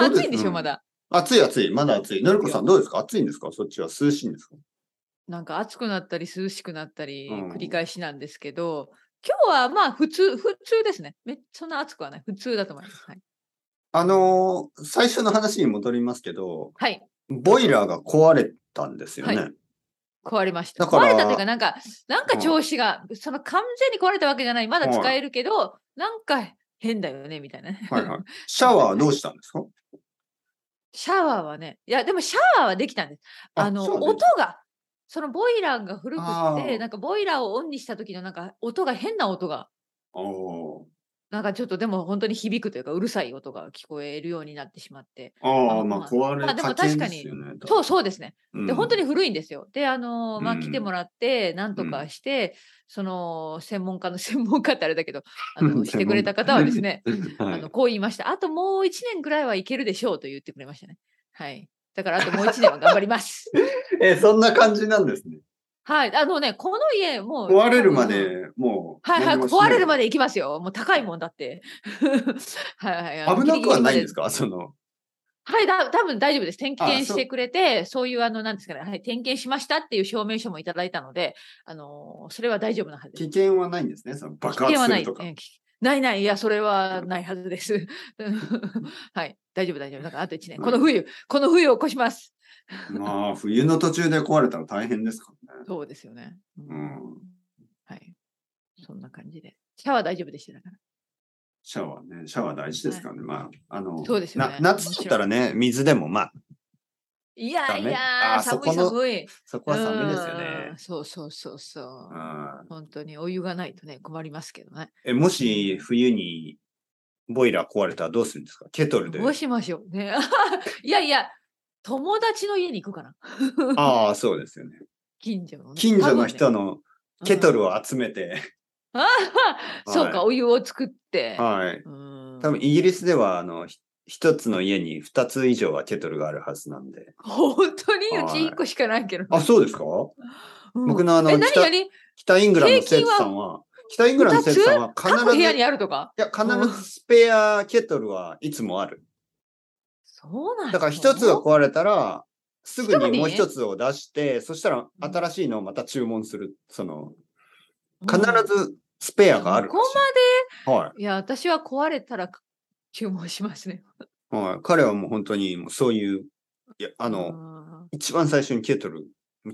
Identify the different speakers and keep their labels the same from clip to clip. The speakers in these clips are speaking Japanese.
Speaker 1: も暑いんでしょ、まだ。
Speaker 2: 暑い暑い、まだ暑い。のりこさんどうですか暑いんですかそっちは涼しいんですか
Speaker 1: なんか暑くなったり涼しくなったり
Speaker 2: うん
Speaker 1: 繰り返しなんですけど、今日はまあ普通、普通ですね。めそんな暑くはない。普通だと思います。はい。
Speaker 2: あのー最初の話に戻りますけど、
Speaker 1: はい、
Speaker 2: ボイラーが壊れたんですよね。
Speaker 1: は壊れました。
Speaker 2: だから
Speaker 1: 壊れたというか、なんか、なんか
Speaker 2: うん
Speaker 1: 調子が、その完全に壊れたわけじゃない。まだ
Speaker 2: はい
Speaker 1: 使えるけど、なんか変だよね、みたいなね。
Speaker 2: はい、はい、シャワーはどうしたんです か
Speaker 1: シャワーはね、いや、でもシャワーはできたんです。あの、
Speaker 2: シャワーで
Speaker 1: 音が、そのボイラーが古く
Speaker 2: あ
Speaker 1: って、
Speaker 2: ー
Speaker 1: なんかボイラーをオンにした時のなんか音が変な音が、
Speaker 2: お
Speaker 1: なんかちょっとでも本当に響くというか、うるさい音が聞こえるようになってしまって。
Speaker 2: ーあ
Speaker 1: あ
Speaker 2: ー、ま
Speaker 1: ま
Speaker 2: あ
Speaker 1: あ
Speaker 2: 壊れ
Speaker 1: まあでも
Speaker 2: た
Speaker 1: 確かに
Speaker 2: ですよね。
Speaker 1: そう
Speaker 2: う
Speaker 1: そうですね。
Speaker 2: ん
Speaker 1: で、本当に古いんですよ。で、あのーま
Speaker 2: う
Speaker 1: あ、
Speaker 2: ん
Speaker 1: 来てもらって、なんとかして、その、専門家の専門家ってあれだ けど、あの、
Speaker 2: 専
Speaker 1: してく
Speaker 2: 門
Speaker 1: れた方はです ね、
Speaker 2: は
Speaker 1: あ
Speaker 2: い
Speaker 1: の、こう言いました。あともう1年ぐらいはいけるでしょうと言ってくれましたね。はい。だから、あともう1年は頑張ります。
Speaker 2: えーそんな感じなんですね。
Speaker 1: はい。あのね、この家、もう。
Speaker 2: 壊れるま
Speaker 1: 多分。
Speaker 2: で、もう。
Speaker 1: はいはい。壊れるま
Speaker 2: で。
Speaker 1: で行きますよ。もう高いもんだって。 はいはいあの。
Speaker 2: 危なくはないんです
Speaker 1: か
Speaker 2: かその。
Speaker 1: はい、だ多分大丈夫です。点検
Speaker 2: そ
Speaker 1: し
Speaker 2: う
Speaker 1: てくれて、そういう、あの、なんですかね、はい、点検しましたっていう証明書もいただいたので、あのーそれは大丈夫なはずです
Speaker 2: 危。険はないんですね。その
Speaker 1: 危
Speaker 2: 爆
Speaker 1: 険は
Speaker 2: 発す
Speaker 1: な
Speaker 2: る
Speaker 1: い
Speaker 2: とか。
Speaker 1: ええきないない、いや、それはないはずです。 はい、大丈夫、大丈夫。だから、あと1年。この冬、この冬を越します。
Speaker 2: まあ、冬の途中で壊れたら大変ですからね。
Speaker 1: そうですよね。う
Speaker 2: うんん。
Speaker 1: はい。そんな感じで。シャワー大丈夫でしただから。
Speaker 2: シャワーね。シャワー大事ですからね。まあ、あの、
Speaker 1: そうですよね
Speaker 2: な夏だったらね、水でもまあ、
Speaker 1: い
Speaker 2: ダ
Speaker 1: や
Speaker 2: メ
Speaker 1: いや
Speaker 2: あー
Speaker 1: ー、寒
Speaker 2: そ
Speaker 1: い
Speaker 2: この
Speaker 1: 寒い。
Speaker 2: そこは寒いですよ
Speaker 1: う
Speaker 2: ね
Speaker 1: ん。そうそうそうそうう。
Speaker 2: ん。
Speaker 1: 本当にお湯がないとね、困りますけどね。
Speaker 2: え、もし冬にボイラー壊れたらどうするんですかケトルで
Speaker 1: ど。うしましょうね。 いやいや、友達の家に行くかな。
Speaker 2: ああ、そうですよね。
Speaker 1: 近所のね、
Speaker 2: 近所の
Speaker 1: 多
Speaker 2: 人
Speaker 1: 分ね
Speaker 2: のケトルを集めて、
Speaker 1: うんああ、そうか、
Speaker 2: は
Speaker 1: お湯を作って。
Speaker 2: はい。
Speaker 1: うん
Speaker 2: 多分イギリスでは、あの、ひ一つの家に二つ以上はケトルがあるはずなんで。
Speaker 1: 本当にう
Speaker 2: は
Speaker 1: ち
Speaker 2: い
Speaker 1: 1個しかないけど。
Speaker 2: あ、そうですか
Speaker 1: うん
Speaker 2: 僕のあの
Speaker 1: え、何
Speaker 2: 北
Speaker 1: 何
Speaker 2: 北イングランドの生徒さんは、北イングランドの生徒さんは
Speaker 1: 各
Speaker 2: 必
Speaker 1: 部
Speaker 2: ず、
Speaker 1: 屋
Speaker 2: い
Speaker 1: にあるとか
Speaker 2: や、必ずスペアケトルはいつもある。
Speaker 1: そうなん
Speaker 2: だから一つが壊れたら、すぐにもう
Speaker 1: 一人
Speaker 2: 一つを出して、そしたら新しいのをまた注文する。その、必
Speaker 1: ず
Speaker 2: ずスペアがあるらしい。
Speaker 1: ここ
Speaker 2: はい
Speaker 1: や、私は壊れたら注文しますね。
Speaker 2: い。はい。彼はもう本当にもうそういう、いや、あの、
Speaker 1: の、
Speaker 2: 一番最初にケトル、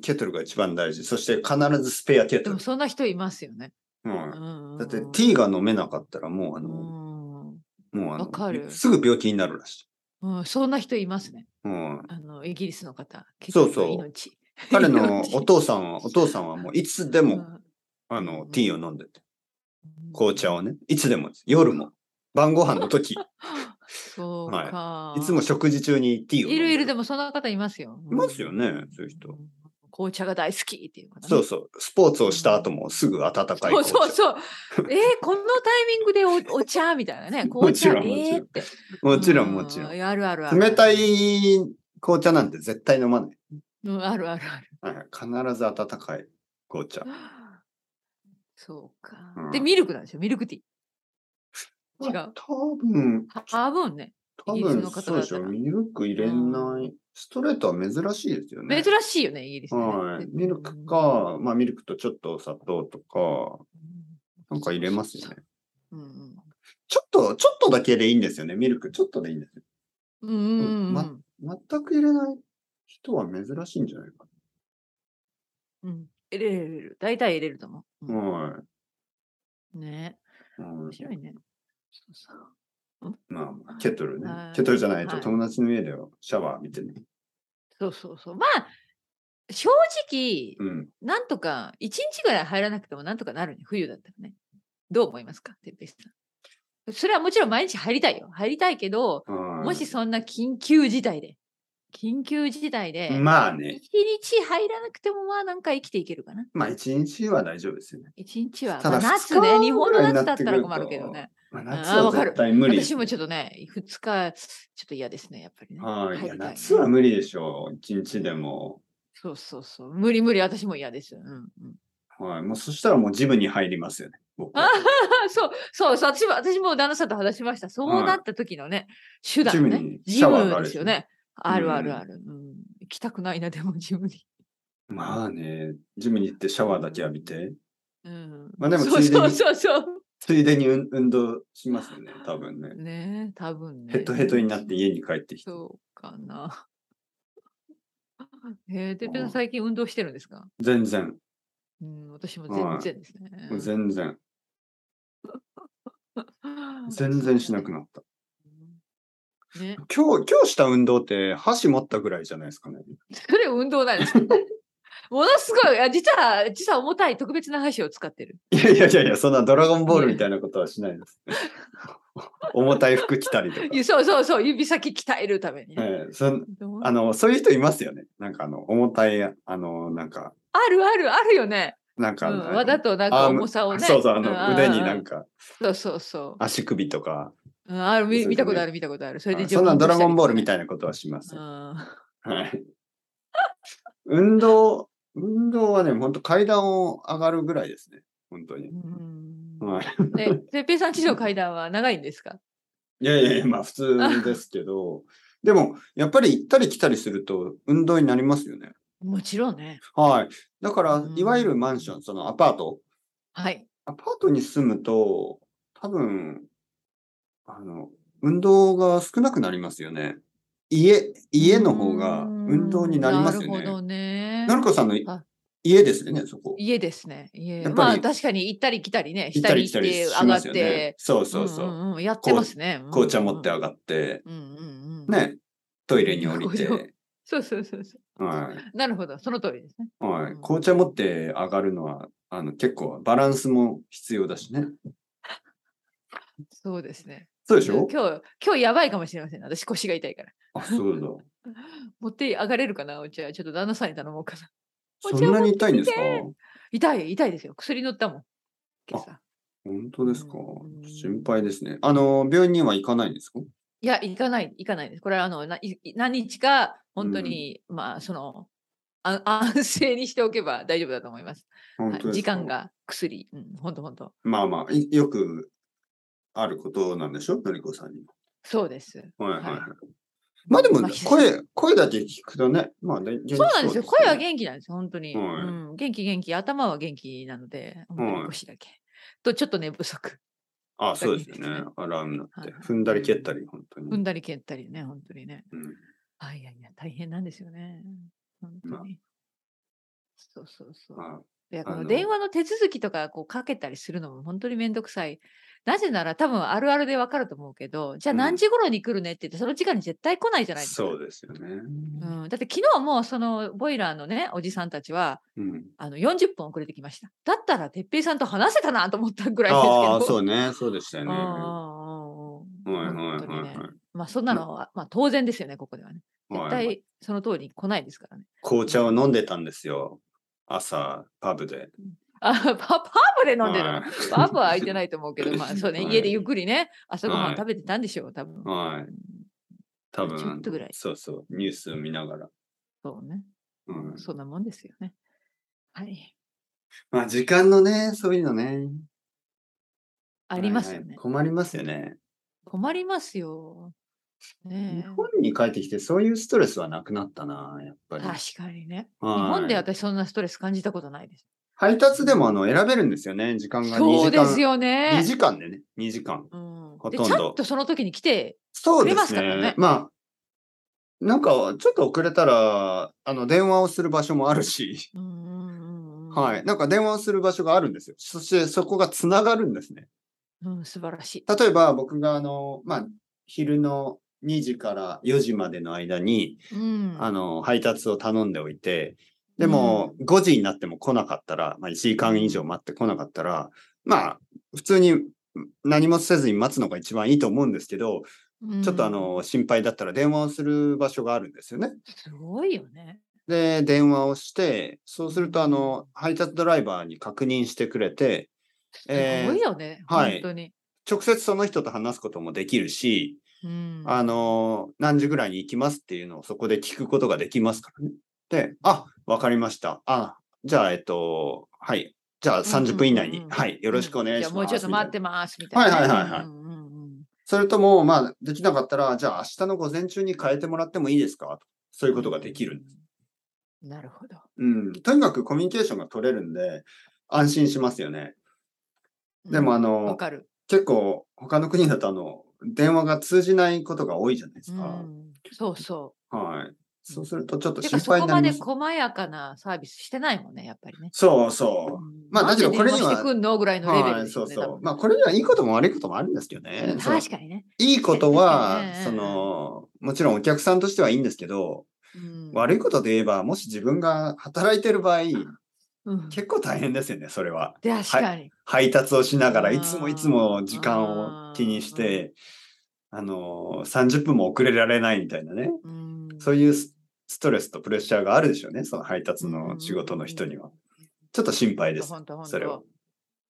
Speaker 2: ケトルが一番大事。そして必ずスペアケ
Speaker 1: で
Speaker 2: トル
Speaker 1: も。そんな人いますよね。
Speaker 2: はいだって
Speaker 1: ィ
Speaker 2: T が飲めなかったらもうあの、もうあ
Speaker 1: わか
Speaker 2: の、
Speaker 1: る
Speaker 2: すぐ病気になるらしい。
Speaker 1: うん、そんな人いますね。
Speaker 2: うん、
Speaker 1: あの、イギリスの方。
Speaker 2: そうそう
Speaker 1: 血液の命。
Speaker 2: 彼の
Speaker 1: 命
Speaker 2: お父さんは、お父さんはもういつでも、あの、
Speaker 1: うん
Speaker 2: ティーを飲んでて、
Speaker 1: うん
Speaker 2: 紅茶をね、いつでもです、夜も、晩ご飯の時、い
Speaker 1: そう
Speaker 2: はい
Speaker 1: か。
Speaker 2: つも食事中にティーを飲ん
Speaker 1: い
Speaker 2: で
Speaker 1: るいる、で
Speaker 2: も。
Speaker 1: もそんな方いますよ。
Speaker 2: いますよねそういう人
Speaker 1: ん。紅茶が大好きっていう方ね、
Speaker 2: そうそう、スポーツをした後もすぐ温かい紅
Speaker 1: そう
Speaker 2: 茶。
Speaker 1: そうそう。えー、このタイミングでおお茶みたいなね。紅
Speaker 2: もち
Speaker 1: 茶
Speaker 2: ろん
Speaker 1: え
Speaker 2: もちろん
Speaker 1: ーって。
Speaker 2: もちろんもちろ。
Speaker 1: うんいやあるあるある。
Speaker 2: 冷たい紅茶なんて絶対飲まない。
Speaker 1: うん、あるあるある。
Speaker 2: はい、必ず温かい紅茶。
Speaker 1: そうか。
Speaker 2: うん
Speaker 1: で、ミルクなんですよ。ミルクティー。違う
Speaker 2: 多分、
Speaker 1: 多分ね。
Speaker 2: 多
Speaker 1: イギリス
Speaker 2: 分
Speaker 1: の方だったら
Speaker 2: そうでしょ。ミルク入れない。ストレートは珍しいですよね。
Speaker 1: 珍しいよね、イギリスね、
Speaker 2: はい。ミルク
Speaker 1: うん。
Speaker 2: か、まあミルクとちょっとお砂糖とか、なんか入れますよね。
Speaker 1: うん
Speaker 2: ちょっと、ちょっとだけでいいんですよね。ミルク、ちょっとでいいんですよ。
Speaker 1: うん。うんうんうんうん
Speaker 2: ま全く入れない人は珍しいんじゃないか
Speaker 1: うん入れる入れる。大体入れると思う。
Speaker 2: な。は
Speaker 1: うん、ね
Speaker 2: い。うん
Speaker 1: 面白いね。そうそう
Speaker 2: まあまあ、ケトルね
Speaker 1: は。い
Speaker 2: ケトルじゃないと
Speaker 1: はい
Speaker 2: 友達の家ではシャワー見てね。
Speaker 1: そうそうそう。まあ、正直、
Speaker 2: うん。
Speaker 1: なんとか、一日ぐらい入らなくてもなんとかなるね、冬だったらね。どう思いますか、てっぺいさん。それはもちろん毎日入りたいよ。入りたいけど、
Speaker 2: も
Speaker 1: もし、そんな緊急事態で、緊急事態で、
Speaker 2: まあね。
Speaker 1: 一日入らなくても、まあなんか生きていけるかな。
Speaker 2: まあ一日は大丈夫ですよね。
Speaker 1: 一日は、
Speaker 2: た
Speaker 1: ま
Speaker 2: だ
Speaker 1: あ夏ね、
Speaker 2: 二日ぐらい
Speaker 1: 日本の
Speaker 2: にな
Speaker 1: 夏
Speaker 2: って
Speaker 1: だっ
Speaker 2: く
Speaker 1: た
Speaker 2: る
Speaker 1: ら困
Speaker 2: と
Speaker 1: るけどね。
Speaker 2: まあ
Speaker 1: ー
Speaker 2: 夏は
Speaker 1: わか
Speaker 2: 絶
Speaker 1: る
Speaker 2: 対無理です
Speaker 1: 私もちょっとね、2日、ちょっと嫌ですね、やっぱりね。
Speaker 2: はい。い
Speaker 1: 入
Speaker 2: や
Speaker 1: りたい
Speaker 2: 夏は無理でしょう。一日でも。
Speaker 1: そうそうそう。無理無理、私も嫌です。うんうん、
Speaker 2: はい。もうそしたらもうジムに入りますよね。僕
Speaker 1: あそう、そう、そう、私も、私も旦那さんと話しました。そうなった時のね、手段
Speaker 2: ジム
Speaker 1: ね
Speaker 2: に。シ
Speaker 1: ジ
Speaker 2: ャワーが
Speaker 1: ム
Speaker 2: ある
Speaker 1: ですよね。あるあ
Speaker 2: う
Speaker 1: る
Speaker 2: ん
Speaker 1: ある。うん。行きたくないな、でもジムに。
Speaker 2: まあね、ジムに行ってシャワーだけ浴びて、
Speaker 1: うん。
Speaker 2: まあでも
Speaker 1: そう
Speaker 2: ついで
Speaker 1: そう
Speaker 2: に
Speaker 1: そうそう。
Speaker 2: ついでに運運動しますね、多分ね。
Speaker 1: ねえ、多分ね。
Speaker 2: ヘトヘトになって家に帰ってきて。
Speaker 1: そうかな。 えー、てっぺいさ
Speaker 2: うん
Speaker 1: ん最近運動してるんですか
Speaker 2: 全然、
Speaker 1: うん、私も
Speaker 2: は
Speaker 1: 全
Speaker 2: い
Speaker 1: 然ですね。
Speaker 2: もう全然、全
Speaker 1: そう
Speaker 2: 然しなくなった。
Speaker 1: ね。
Speaker 2: 今日、今日した運動って箸持ったぐらいじゃないですかね。
Speaker 1: それ運動なんですか ものすごい、あ実は、実は重たい特別な箸を使ってる。
Speaker 2: いやいやいやいや、そんなドラゴンボールみたいなことはしないです。 重たい服着たりとか。
Speaker 1: いや そうそうそう、指先鍛えるためにね。
Speaker 2: ええそん
Speaker 1: どう
Speaker 2: あのそういう人いますよね。なんかあの、重たい、あの、なんか、
Speaker 1: あるあるあるよね。
Speaker 2: なん
Speaker 1: う
Speaker 2: か、
Speaker 1: ん、わざとなんか
Speaker 2: アーム
Speaker 1: 重さをね。
Speaker 2: そうそう、あ
Speaker 1: ん
Speaker 2: の、腕になん
Speaker 1: か。
Speaker 2: か、
Speaker 1: そうそうそ
Speaker 2: 足首とか、
Speaker 1: う。うん、ある見
Speaker 2: そうですね
Speaker 1: 見たことある見たことある。それで
Speaker 2: あそんなドラゴンボールみ
Speaker 1: い
Speaker 2: たいなことはしません。
Speaker 1: な。うん
Speaker 2: はい。運動、運動はね、本当階段を上がるぐらいですね。本当に。
Speaker 1: うん
Speaker 2: はい。
Speaker 1: ね、てっぺいさんちの階段は長いんですか
Speaker 2: いやいやいや、まあ普通ですけど、でも、やっぱり行ったり来たりすると運動になりますよね。
Speaker 1: もちろんね。
Speaker 2: はい。だか
Speaker 1: う
Speaker 2: ら
Speaker 1: ん、
Speaker 2: いわゆるマンション、そのアパート、
Speaker 1: はい。
Speaker 2: アパートに住むと、多分、あの、運動が少なくなりますよね。家、家の方が運動になりますよ
Speaker 1: うんな
Speaker 2: ね。
Speaker 1: るほどね。
Speaker 2: なるこさんの
Speaker 1: あ
Speaker 2: 家ですよね、そこ。
Speaker 1: 家ですね。家。
Speaker 2: やっぱり
Speaker 1: まあ確かに行ったり来たりね。
Speaker 2: 行ったり来
Speaker 1: 下
Speaker 2: た
Speaker 1: に
Speaker 2: り
Speaker 1: 行って上
Speaker 2: し
Speaker 1: が
Speaker 2: ま
Speaker 1: っ
Speaker 2: すよ
Speaker 1: て
Speaker 2: ね。。そうそうそう。
Speaker 1: んんんやってますね。
Speaker 2: 紅茶持って上
Speaker 1: が
Speaker 2: がって、
Speaker 1: うんうんうん。
Speaker 2: ね、トイレに降り て、
Speaker 1: 紅茶そうそうそうそう。
Speaker 2: はい。
Speaker 1: なるほど。その通りですね。う
Speaker 2: はい
Speaker 1: ん。
Speaker 2: 紅茶持って上がるのは、あの、結構バランスも必要だしね。
Speaker 1: そうですね。
Speaker 2: そうでしょ
Speaker 1: 今日、今日やばいかもしれません。私腰が痛いから。
Speaker 2: あ、 そうだ。
Speaker 1: 持って上がれるかなお茶。ちょっと旦那さんに頼もうかな。
Speaker 2: そんなに痛いんですか
Speaker 1: 痛い、痛いですよ。薬塗ったもん。今朝。
Speaker 2: 本当ですか
Speaker 1: うん
Speaker 2: 心配ですね。あの、病院には行かないんですか
Speaker 1: いや、行かない、行かないです。これはあのない何日か、本当に、まあ、そのあ、 安静にしておけば大丈夫だと思います。
Speaker 2: 本
Speaker 1: は
Speaker 2: 当
Speaker 1: い
Speaker 2: ですか
Speaker 1: 時間。が薬、うん、本当本当
Speaker 2: まあまあ、いよくあることなんでしょのりこさんに
Speaker 1: そうです。
Speaker 2: も。はいはいは。
Speaker 1: はい
Speaker 2: まあでも
Speaker 1: まあ、久しぶり
Speaker 2: 声、声だけ聞くとね、まあ、で元気
Speaker 1: そうなんですよ。声は
Speaker 2: ね
Speaker 1: 元気なんですよ、本当に。
Speaker 2: はい
Speaker 1: うん、元気元気、頭は元気なので、本当に
Speaker 2: はい
Speaker 1: 腰だけ。と、ちょっと寝不足。
Speaker 2: あ、そうですよ
Speaker 1: だけです
Speaker 2: ね。アラームなって。
Speaker 1: はい
Speaker 2: 踏んだり蹴ったり、本当
Speaker 1: 踏
Speaker 2: に
Speaker 1: ん。だり蹴ったりね、本当にね。
Speaker 2: うん
Speaker 1: あ、いやいや、大変なんですよね。本当に。
Speaker 2: まあ
Speaker 1: そうそうそう。
Speaker 2: あ
Speaker 1: で、こ
Speaker 2: あ
Speaker 1: の
Speaker 2: の
Speaker 1: 電話の手続きとかこうかけたりするのも本当にめんどくさい。なぜなら多分あるあるでわかると思うけど、じゃあ
Speaker 2: うん
Speaker 1: 何時頃に来るねって言って、その時間に絶対来ないじゃないですか。
Speaker 2: そうですよね。
Speaker 1: うん、だって昨日もそのボイラーのね、おじさんたちは、
Speaker 2: うん。
Speaker 1: あの40分遅れてきました。だったら、てっぺいさんと話せたなと思ったぐらいですけど。
Speaker 2: ああ、そうね。そうでしたよ
Speaker 1: うん
Speaker 2: ね。
Speaker 1: うん
Speaker 2: は
Speaker 1: うん
Speaker 2: いは
Speaker 1: う
Speaker 2: い
Speaker 1: ん
Speaker 2: は
Speaker 1: 本
Speaker 2: い
Speaker 1: 当にね
Speaker 2: は
Speaker 1: まあそんなのは、まあ当然ですよね、ここではね。
Speaker 2: い
Speaker 1: 絶
Speaker 2: はい。
Speaker 1: 対その通りに来ないですからね。
Speaker 2: 紅茶を飲んでたんですよ。朝、パブで。
Speaker 1: あ、パパブで飲んでるの
Speaker 2: は。
Speaker 1: パブは開いてないと思うけど、まあそうね、
Speaker 2: はい
Speaker 1: 家でゆっくりね、朝ごは
Speaker 2: は
Speaker 1: ん
Speaker 2: い
Speaker 1: 食べてたんでしょう、多分。
Speaker 2: はい。多分
Speaker 1: ちょっとぐらい
Speaker 2: そうそう、ニュース見ながら。
Speaker 1: そうね、
Speaker 2: うん、
Speaker 1: そんなもんですよね。はい。
Speaker 2: まあ、時間のね、そういうのね。
Speaker 1: ありますよね。
Speaker 2: はいはい困りますよね。
Speaker 1: 困りますよ。ね
Speaker 2: 日
Speaker 1: え
Speaker 2: 本に帰ってきて、そういうストレスはなくなったな、やっぱり。
Speaker 1: 確かにね。日
Speaker 2: はい
Speaker 1: 本で私そんなストレス感じたことないです。
Speaker 2: 配達でもあの選べるんですよね、時間が2時間。
Speaker 1: そうですよ
Speaker 2: 2
Speaker 1: ね。
Speaker 2: 時間でね、2時間。
Speaker 1: うん
Speaker 2: ほ、
Speaker 1: で
Speaker 2: とん
Speaker 1: ち
Speaker 2: ど
Speaker 1: ゃんとその時に来て、
Speaker 2: そうで
Speaker 1: れますす
Speaker 2: ね。
Speaker 1: からね
Speaker 2: まあ、なんか、ちょっと遅れたら、あの、電話をする場所もあるし、
Speaker 1: うんうんうんうん
Speaker 2: はい。なんか電話をする場所があるんですよ。そして、そこがつながるんですね。
Speaker 1: うん、素晴らしい。
Speaker 2: 例えば僕があの、まあ、昼の2時から4時までの間に、
Speaker 1: うん、
Speaker 2: あの配達を頼んでおいてでも5時になっても来なかったら、まあ、1時間以上待って来なかったらまあ普通に何もせずに待つのが一番いいと思うんですけど、
Speaker 1: うん
Speaker 2: ちょっとあ、の心配だったら電話をする場所があるんですよね。
Speaker 1: すごいよね。
Speaker 2: で電話をしてそうするとあの配達ドライバーに確認してくれて、
Speaker 1: す
Speaker 2: え
Speaker 1: ごい
Speaker 2: ー
Speaker 1: よね。
Speaker 2: はい
Speaker 1: 本当に。
Speaker 2: 直接その人と話すこともできるし、
Speaker 1: うん、
Speaker 2: あのー何時ぐらいに行きますっていうのをそこで聞くことができますからね。で、あ、わかりました。あ、じゃあ、えっと、はい、じゃあ30分以内に、
Speaker 1: うんうんうん
Speaker 2: はい、よろしくお願いします。
Speaker 1: じゃあもうちょっと
Speaker 2: みた
Speaker 1: 待
Speaker 2: いな
Speaker 1: ってます、みたいな。
Speaker 2: はいはいはいはい
Speaker 1: うんうんうん
Speaker 2: それとも、まあ、できなかったら、じゃあ明日の午前中に変えてもらってもいいですかそういうことができるんです。
Speaker 1: うん。なるほど。
Speaker 2: うん。とにかくコミュニケーションが取れるんで、安心しますよね。
Speaker 1: うん
Speaker 2: でも、
Speaker 1: わ
Speaker 2: あの、
Speaker 1: かる。
Speaker 2: 結構、他の国だと、あの、電話が通じないことが多いじゃないです
Speaker 1: う
Speaker 2: か。
Speaker 1: んそうそ
Speaker 2: はい。そうすると、ちょっ
Speaker 1: う。
Speaker 2: と
Speaker 1: て
Speaker 2: 心
Speaker 1: かそ
Speaker 2: 配
Speaker 1: こ
Speaker 2: にな
Speaker 1: ま
Speaker 2: り
Speaker 1: で
Speaker 2: ます。
Speaker 1: 細やかなサービスしてないもんね、やっぱりね。
Speaker 2: そうそう。まあ
Speaker 1: なんで
Speaker 2: だけどこれに
Speaker 1: 電
Speaker 2: は
Speaker 1: 話してくんのぐらいのレベル
Speaker 2: は
Speaker 1: で
Speaker 2: い、
Speaker 1: す
Speaker 2: そ
Speaker 1: よ
Speaker 2: う
Speaker 1: ね。
Speaker 2: そ
Speaker 1: 多
Speaker 2: う。
Speaker 1: 分
Speaker 2: まあ、これにはいいことも悪いこともあるんですけどね。そう
Speaker 1: 確かにね。
Speaker 2: いいことは
Speaker 1: ええ、
Speaker 2: その、もちろんお客さんとしてはいいんですけど、悪いことで言えば、もし自分が働いてる場合、
Speaker 1: うん
Speaker 2: 結構大変ですよね、それは。
Speaker 1: 確かに。
Speaker 2: 配達をしながら
Speaker 1: あー
Speaker 2: いつもいつも時間を気にして、あのー、30分も遅れられないみたいなね。
Speaker 1: うん
Speaker 2: そういうスストレスとプレッシャーがあるでしょうね、その配達の仕事の人には。。ちょっと心配です。
Speaker 1: 本当本当。
Speaker 2: それは。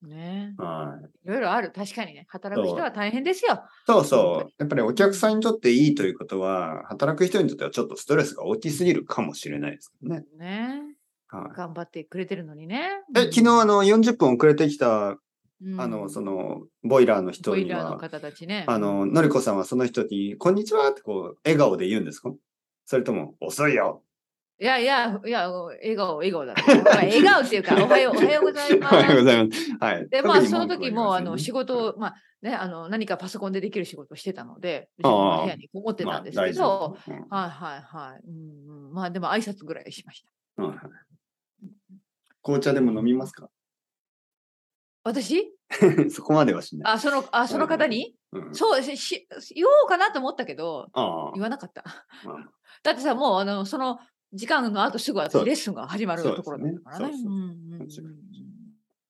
Speaker 1: ね
Speaker 2: は
Speaker 1: い
Speaker 2: い。
Speaker 1: ろいろある。確かにね。働く人は大変ですよ。
Speaker 2: そうそう。やっぱりお客さんにとっていいということは、働く人にとってはちょっとストレスが大きすぎるかもしれないですね。
Speaker 1: ね
Speaker 2: は
Speaker 1: 頑張ってくれてるのにね。
Speaker 2: い。え、昨日あの、40分遅れてきた、
Speaker 1: うん
Speaker 2: あの、そ、の、ボイラーの人
Speaker 1: ボイ
Speaker 2: に
Speaker 1: ラーの
Speaker 2: は、
Speaker 1: 方たちね。
Speaker 2: あの、のりこさんはその人に、こんにちはってこう、笑顔で言うんですかそれとも、遅いよ。
Speaker 1: いやいや、いや、笑顔、笑顔だ ろ。まあ笑顔っていうか、おはよう、おはようござい
Speaker 2: お
Speaker 1: ま
Speaker 2: はよう
Speaker 1: す。
Speaker 2: ございます。はい。
Speaker 1: で、まあ、その時も、あの、仕
Speaker 2: 仕
Speaker 1: 事を、まあ、ね、あの、何かパソコンでできる仕事をしてたので、自
Speaker 2: ああ
Speaker 1: 分の部屋にこもってたんですけど、。
Speaker 2: まあ大丈夫
Speaker 1: はいはいはい。うんうん、まあ、でも挨拶ぐらいしました。
Speaker 2: うんはいはい紅茶でも飲みますか
Speaker 1: 私
Speaker 2: そこまではしない。
Speaker 1: あ、その、あ、その方に
Speaker 2: うん
Speaker 1: そうし、し言おうかなと思ったけど、
Speaker 2: あ
Speaker 1: 言わなかった。
Speaker 2: あまあ。
Speaker 1: だってさ、もう、あの、その、時間の後すぐ
Speaker 2: そ
Speaker 1: 私
Speaker 2: う
Speaker 1: レッスンが始まる
Speaker 2: そうです
Speaker 1: ところだったからね。
Speaker 2: そうそう
Speaker 1: うんうんうんうん
Speaker 2: もちろんもち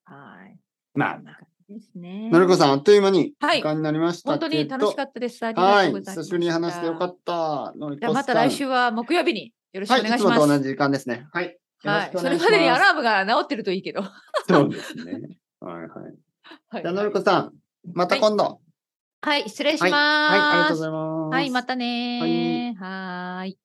Speaker 1: はい。
Speaker 2: まあ
Speaker 1: こん、な感じですね。
Speaker 2: のりこさん、あっという間に
Speaker 1: はい
Speaker 2: 時間になりました
Speaker 1: 本
Speaker 2: け
Speaker 1: 当
Speaker 2: ど。
Speaker 1: に楽しか
Speaker 2: っ
Speaker 1: ったです。ありが
Speaker 2: は
Speaker 1: と
Speaker 2: いう
Speaker 1: ございました。
Speaker 2: 久しぶりに話してよかった。のり
Speaker 1: じ
Speaker 2: こさ
Speaker 1: ゃ
Speaker 2: ん
Speaker 1: あまた来週は木曜日によろしくお願いしま
Speaker 2: はい、いつもと同
Speaker 1: す。
Speaker 2: じ時間ですね。はい。
Speaker 1: はい、そ
Speaker 2: よ
Speaker 1: れま
Speaker 2: ろしくお願いしす
Speaker 1: でにアラームが治ってるといいけど。は
Speaker 2: そうですね。はいはい。
Speaker 1: い
Speaker 2: じゃあ、のりこさん、また今度。はい、
Speaker 1: はい、失礼し
Speaker 2: はい、ありが
Speaker 1: ま
Speaker 2: とう
Speaker 1: す。
Speaker 2: ございます。
Speaker 1: はい、またねー。はーい。